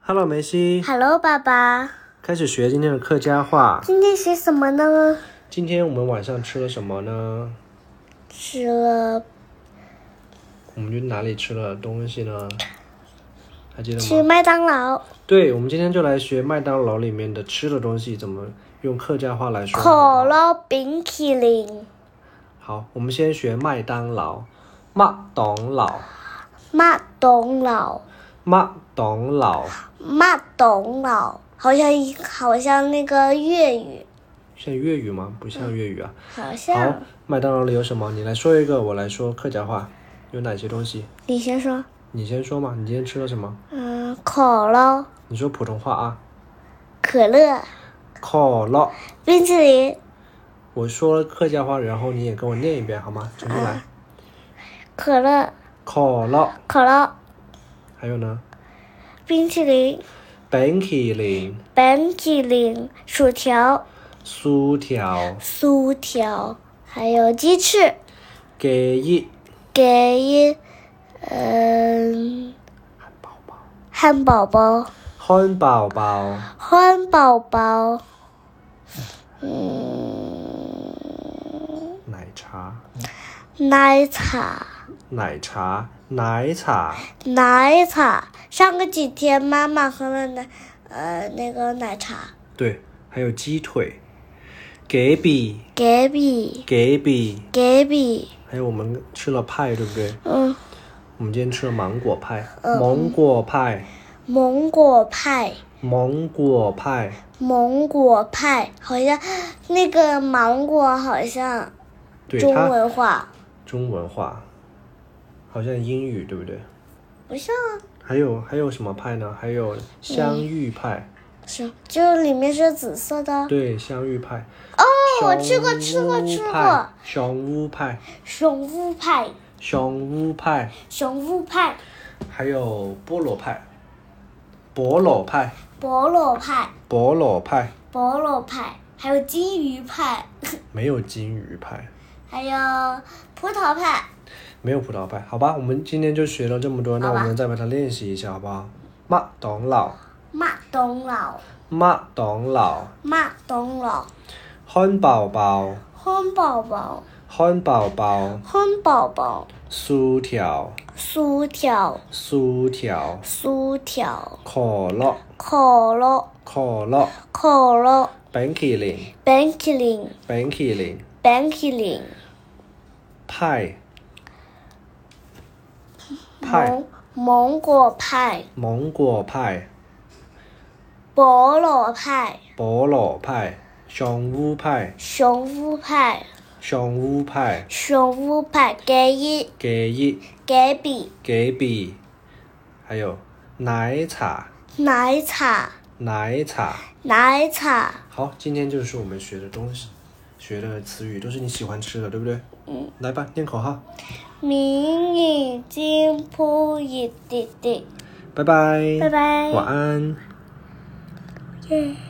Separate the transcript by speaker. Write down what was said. Speaker 1: Hello，梅西，
Speaker 2: Hello，爸爸，
Speaker 1: 开始学今天的客家话。
Speaker 2: 今天学什么呢？
Speaker 1: 今天我们晚上吃了什么呢？
Speaker 2: 吃了
Speaker 1: 我们去哪里吃了东西呢？还记
Speaker 2: 去
Speaker 1: 得吗？
Speaker 2: 麦当劳，
Speaker 1: 对，我们今天就来学麦当劳里面的吃的东西怎么用客家话来说。
Speaker 2: 可乐冰淇淋，
Speaker 1: 好，我们先学麦当劳，麦当劳，
Speaker 2: 麦当劳，
Speaker 1: 麦当劳，
Speaker 2: 麦当劳，好像好像那个粤语，
Speaker 1: 像粤语吗？不像粤语啊。
Speaker 2: 好
Speaker 1: 好
Speaker 2: 像，
Speaker 1: 麦当劳里有什么？你来说一个，我来说客家话，有哪些东西？
Speaker 2: 你先说，
Speaker 1: 你先说嘛，你今天吃了什么？
Speaker 2: 嗯，可乐、
Speaker 1: 你说普通话啊。
Speaker 2: 可乐、
Speaker 1: 可乐，
Speaker 2: 冰淇淋、
Speaker 1: 我说了客家话，然后你也跟我念一遍好
Speaker 2: 啊
Speaker 1: 吗？重新来。
Speaker 2: 可乐、
Speaker 1: 可乐，
Speaker 2: 可乐、
Speaker 1: 还有呢，
Speaker 2: 冰淇淋、
Speaker 1: 冰淇淋、
Speaker 2: 冰淇淋、薯条、
Speaker 1: 薯条、
Speaker 2: 酥条，还有鸡翅。
Speaker 1: 鸡翼、
Speaker 2: 给一，嗯、汉堡包，
Speaker 1: 汉堡包、
Speaker 2: 汉堡包，嗯，
Speaker 1: 奶茶、
Speaker 2: 奶茶，
Speaker 1: 奶茶、奶茶、
Speaker 2: 奶茶。上个几天妈妈喝了奶，呃，那个奶茶。
Speaker 1: 对，还有鸡腿、给比、
Speaker 2: 给比，
Speaker 1: 给比，
Speaker 2: 给比，
Speaker 1: 还有我们吃了派，对不对？
Speaker 2: 嗯，
Speaker 1: 我们今天吃了芒果派，芒果派，
Speaker 2: 芒果派，
Speaker 1: 芒果派，
Speaker 2: 芒果派，好像那个芒果好像
Speaker 1: 对
Speaker 2: 中
Speaker 1: 它
Speaker 2: 文化
Speaker 1: 中文化，好像英语对不对？
Speaker 2: 不像啊，
Speaker 1: 还有还有什么派呢？还有香芋派，
Speaker 2: 是就是里面是紫色的。
Speaker 1: 对，香芋派。
Speaker 2: 嗯哦，我吃过，吃过，吃过。。
Speaker 1: 熊屋派，
Speaker 2: 熊屋派，
Speaker 1: 熊屋派，
Speaker 2: 熊屋派，
Speaker 1: 还有菠萝派，菠萝派，
Speaker 2: 菠萝派，
Speaker 1: 菠萝派，
Speaker 2: 菠萝派，还有金鱼派，
Speaker 1: 没有金鱼派，
Speaker 2: 还有葡萄派。
Speaker 1: 没有葡萄派。好吧，我们今天就学了这么多，那
Speaker 2: 好
Speaker 1: 我
Speaker 2: 吧
Speaker 1: 们再把它练习一下，好不好？麦当劳，
Speaker 2: 麦当劳，
Speaker 1: 麦当劳，
Speaker 2: 麦当劳，
Speaker 1: 汉堡包，
Speaker 2: 汉堡包，
Speaker 1: 汉堡包，
Speaker 2: 汉堡包，
Speaker 1: 薯条，
Speaker 2: 薯条，
Speaker 1: 薯条，
Speaker 2: 薯条，
Speaker 1: 可乐。
Speaker 2: 可乐，
Speaker 1: 可乐、
Speaker 2: 可乐，
Speaker 1: 冰淇淋、
Speaker 2: 冰淇淋，
Speaker 1: 冰淇淋、
Speaker 2: 冰淇淋，
Speaker 1: 派、派、
Speaker 2: 芒芒果派，
Speaker 1: 芒果派、
Speaker 2: 菠萝派，
Speaker 1: 菠萝派、上芋派、
Speaker 2: 熊屋派。
Speaker 1: 上芋派、
Speaker 2: 熊屋派给一
Speaker 1: 鸡翼、
Speaker 2: 给比
Speaker 1: 鸡髀，还有奶茶、
Speaker 2: 奶茶
Speaker 1: 奶茶。
Speaker 2: 奶茶
Speaker 1: 好，今天就是我们学的东西，学的词语都是你喜欢吃的，对不对？嗯。来吧，念口号，
Speaker 2: 明眼睛扑一滴滴，
Speaker 1: 拜拜，
Speaker 2: 拜拜，
Speaker 1: 晚安。
Speaker 2: 嗯